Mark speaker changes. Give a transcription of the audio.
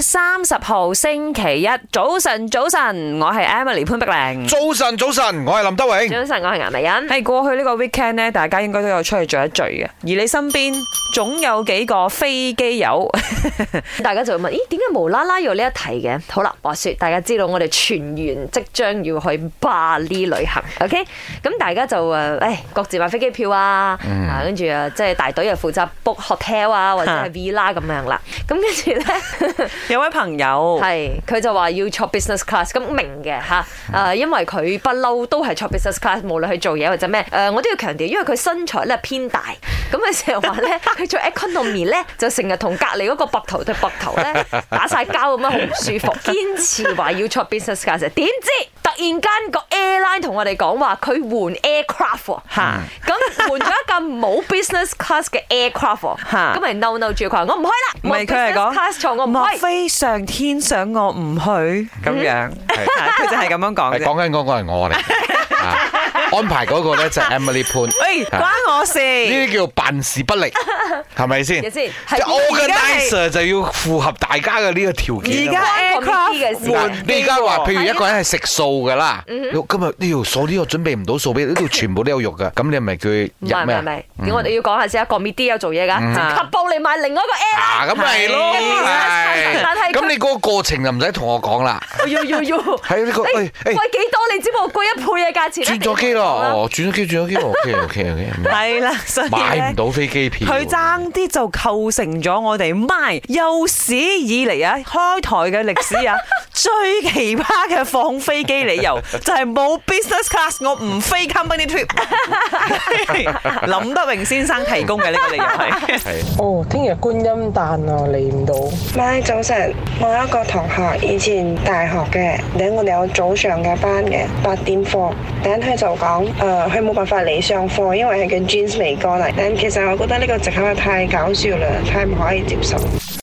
Speaker 1: 三十號星期一早晨，早晨，我係 Emily 潘碧玲。
Speaker 2: 早晨，早晨，我係林德榮。
Speaker 3: 早晨，我係顏美欣。
Speaker 1: 係過去呢個 weekend 呢，大家應該都有出去聚一聚嘅。而你身邊總有幾個飛機友，
Speaker 3: 大家就會問：咦，點解無啦啦有呢一題嘅？好啦，話説大家知道我哋全員即將要去巴黎旅行，OK？咁大家就誒，誒各自買飛機票啊，啊跟住啊，即係大隊又負責 book hotel 啊，或者係 villa 咁樣啦。咁跟住咧，
Speaker 1: 有位朋友
Speaker 3: 係佢就話要坐 business class，咁明嘅嚇。
Speaker 1: 嗯
Speaker 3: 誒，因為佢不嬲都係坐 business class，無論去做嘢或者咩。誒，我都要強調，因為佢身材咧偏大，咁佢成日話 咧，佢做 economy 咧就成日同隔離嗰個膊頭對膊頭 咧打晒交咁樣，好唔舒服。堅持話要坐 business class，點知突然間個 airline 同我哋講話佢換 aircraft 喎。
Speaker 1: 嚇，
Speaker 3: 咁換咗一架冇 business class 嘅 aircraft，喎
Speaker 1: 嚇
Speaker 3: 咁咪嬲嬲住佢話我唔開啦，
Speaker 1: 唔係佢係
Speaker 3: business class 坐我
Speaker 1: 講，
Speaker 3: 唔嗯
Speaker 1: 莫
Speaker 3: 開。
Speaker 1: 非上天想我唔去咁樣？係佢就係咁樣 講
Speaker 2: 係
Speaker 1: 啫。
Speaker 2: 講緊嗰個係 我嚟，啊安排嗰個咧就係 Emily 潘。呢
Speaker 1: 喂，關我事。
Speaker 2: 啲叫辦事不 力，係咪先？
Speaker 3: 嘢
Speaker 2: 即
Speaker 3: 先
Speaker 1: 而
Speaker 2: 係
Speaker 3: 係
Speaker 1: 家係
Speaker 2: organizer 就要符合大家嘅呢個條件
Speaker 1: 而
Speaker 2: 啊嘛。
Speaker 1: 家 aircraft
Speaker 3: 嘅事
Speaker 1: 換
Speaker 2: 你而家話，譬如一
Speaker 3: 係啊
Speaker 2: 個人係食素噶啦，
Speaker 3: 嗯
Speaker 2: 今日呢條數呢個準備唔到數俾呢度全部都有肉噶，咁你係咪叫佢
Speaker 3: 唔係
Speaker 2: 入
Speaker 3: 唔
Speaker 2: 咩
Speaker 3: 係
Speaker 2: 啊嗯
Speaker 3: 唔？係，我哋要講下先啊，個 m e d 有做嘢㗎，即刻報你買另外一個 air。
Speaker 2: 啊，咁咪咯，
Speaker 1: 係
Speaker 2: 係
Speaker 3: 但係佢
Speaker 2: 咁你嗰個過程就唔使同我講啦。
Speaker 3: 哎要要要，
Speaker 2: 喺呢個誒誒
Speaker 3: 誒貴幾多？你知冇？貴一倍嘅價錢。哎
Speaker 2: 轉咗機咯，哦，轉咗機轉咗機，OK OK OK，
Speaker 1: 係啦，所以呢
Speaker 2: 買唔到飛機票，啊
Speaker 1: 佢爭啲就構成咗我哋 My 有史以嚟啊開台嘅歷史啊最奇葩嘅放飛機理由就係冇 business class，我唔飛 company trip。林德榮先生提供嘅呢個理由係。
Speaker 2: 係。
Speaker 4: 哦，聽日觀音誕啊，嚟唔到。
Speaker 5: 媽，早晨，我有一個同學以前大學嘅，等我哋有早上嘅班嘅八點課，等佢就講，誒、呃佢冇辦法嚟上課，啊因為佢嘅 jeans 未乾嚟。但其實我覺得呢個藉口係太搞笑啦，太唔可以接受。